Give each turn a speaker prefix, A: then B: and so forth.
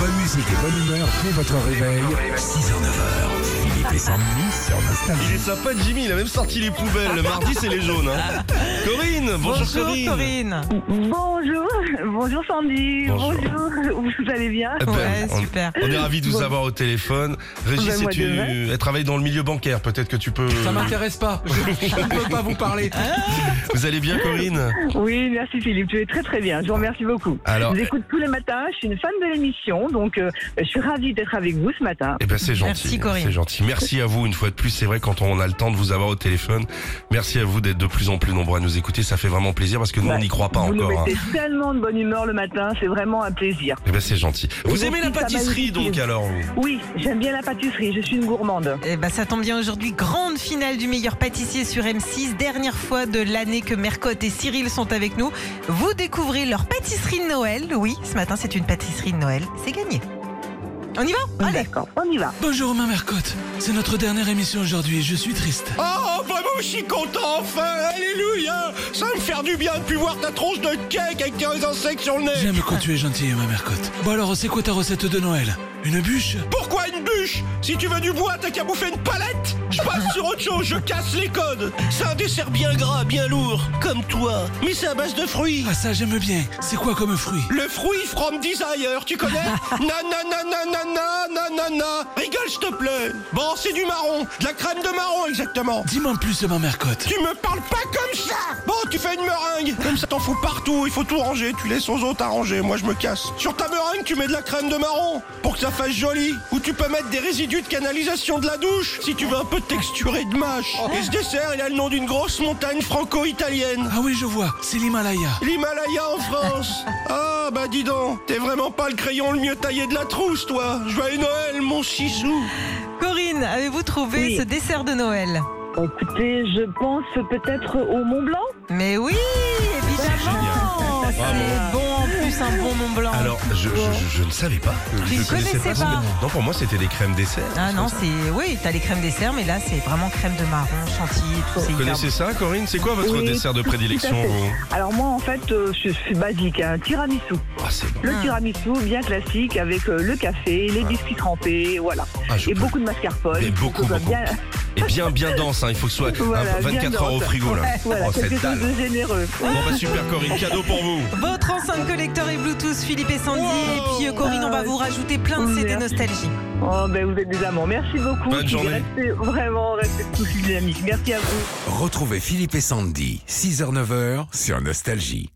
A: Bonne musique et bonne humeur dès votre réveil. 6h-9h, Philippe et Sandy sur Nostalgie.
B: Il est sympa Jimmy, il a même sorti les poubelles. Le mardi c'est les jaunes. hein. Corinne, bonjour, Corinne.
C: Bonjour, bonjour Sandy,
B: Bonjour.
C: bonjour, vous allez bien
B: Eh ben,
D: Ouais,
B: on,
D: super.
B: on est ravis de vous
C: Bon.
B: avoir au téléphone. Régis,
C: Ben,
B: si
C: moi
B: tu,
C: de même.
B: elle travaille dans le milieu bancaire, peut-être que tu peux.
E: Ça m'intéresse pas. Je ne peux pas vous parler.
B: Vous allez bien Corinne
C: Oui, merci Philippe, tu es très très bien, je vous remercie beaucoup.
B: Alors-
C: je vous écoute tous les matins, je suis une fan de l'émission, donc euh, je suis ravie d'être avec vous ce matin.
B: Eh ben c'est gentil.
D: Merci, Corinne.
B: C'est gentil. Merci à vous une fois de plus. C'est vrai quand on a le temps de vous avoir au téléphone. Merci à vous d'être de plus en plus nombreux à nous écouter. Ça fait vraiment plaisir parce que nous on n'y croit pas
C: vous
B: encore.
C: nous
B: hein.
C: mettez tellement de bonne humeur le matin, c'est vraiment un plaisir.
B: Eh ben c'est gentil. Vous
C: Et
B: aimez
C: donc,
B: la
C: ça va
B: pâtisserie
C: aussi.
B: donc alors vous
C: Oui, j'aime bien la pâtisserie, je suis une gourmande.
D: Eh ben, ça tombe bien aujourd'hui, grande finale du meilleur pâtissier sur M6, dernière fois de l'année que Mercotte et Cyril sont avec nous. Vous découvrez leur pâtisserie de Noël. Oui, ce matin c'est une pâtisserie de Noël, c'est gagné. On y va Allez
C: Ah, D'accord, on y va.
E: Bonjour, ma mère Cotte. C'est notre dernière émission aujourd'hui. Je suis triste.
F: Oh, vraiment, je suis content, enfin, alléluia Ça va me faire du bien de plus voir ta tronche de cake avec tes insectes sur le nez
E: J'aime quand tu es gentille, ma mère Cotte. Bon alors, c'est quoi ta recette de Noël Une bûche
F: Pourquoi une bûche Si tu veux du bois, t'as qu'à bouffer une palette Je passe sur autre chose, je casse les codes C'est un dessert bien gras, bien lourd, comme toi, mais c'est à base de fruits
E: Ah ça, j'aime bien. C'est quoi comme fruit
F: Le fruit from desire, tu connais Nanananananananana Rigole, s'il te plaît Bon, c'est du marron, de la crème de marron, exactement
E: Dis-moi en plus, ma mère Cotte.
F: Tu me parles pas comme ça Bon, tu fais une meringue Comme ça, t'en fous partout, il faut tout ranger, tu laisses aux autres à ranger, moi je me casse. Sur ta meringue, tu mets de la crème de marron, pour que ça fasse joli. Ou tu peux mettre des résidus de canalisation de la douche, si tu veux un peu de texture et de mâche. Et ce dessert, il a le nom d'une grosse montagne franco-italienne.
E: Ah oui, je vois. C'est l'Himalaya.
F: L'Himalaya en France Ah, bah dis donc, t'es vraiment pas le crayon le mieux taillé de la trousse, toi Joyeux Noël, mon sissou
D: Corinne, avez-vous trouvé
C: Oui.
D: ce dessert de Noël
C: Écoutez, je pense peut-être au Mont Blanc.
D: Mais oui, évidemment C'est bon en plus, un bon Mont
C: Ah,
D: Blanc.
B: Alors je, je, je- je ne savais pas.
D: Tu
B: je
D: ne connaissais pas.
B: ce- Non pour moi c'était des crèmes dessert.
D: Ah non, c'est. Oui, t'as les crèmes dessert, mais là, c'est vraiment crème de marron, chantilly, tout. c'est
B: Vous
D: hyper
B: connaissez ça Corinne C'est quoi votre
C: Oui,
B: dessert de
C: tout- tout à
B: prédilection
C: fait.
B: vous
C: Alors moi en fait, euh, je suis basique, un tiramisu.
B: Ah c'est bon.
C: Le
D: Ah.
C: tiramisu bien classique avec euh, le café, les biscuits trempés, voilà.
B: Ah, je
C: et
B: peux-
C: beaucoup de mascarpone.
B: Mais beaucoup,
C: Que ce soit
B: beaucoup.
C: bien-
B: Et bien bien dense. hein. Il faut que ce soit
C: Voilà,
B: un-
C: bien
B: 24 heures au
C: dense.
B: frigo là.
C: Voilà,
B: Oh
C: quelque
B: cette
C: chose
B: dalle.
C: de généreux.
B: Bon bah super Corinne, cadeau pour vous.
D: Votre enceinte collector et Bluetooth, Philippe et Sandy. Et puis euh, Corinne, on va
C: Ah,
D: vous rajouter plein de
C: oui,
D: CD
C: merci.
D: nostalgie.
C: Oh, ben vous êtes des amants. Merci beaucoup.
B: Bonne
C: Puis
B: journée.
C: Restez, vraiment, restez tous dynamiques. Merci à vous.
A: Retrouvez Philippe et Sandy, 6h-9h sur Nostalgie.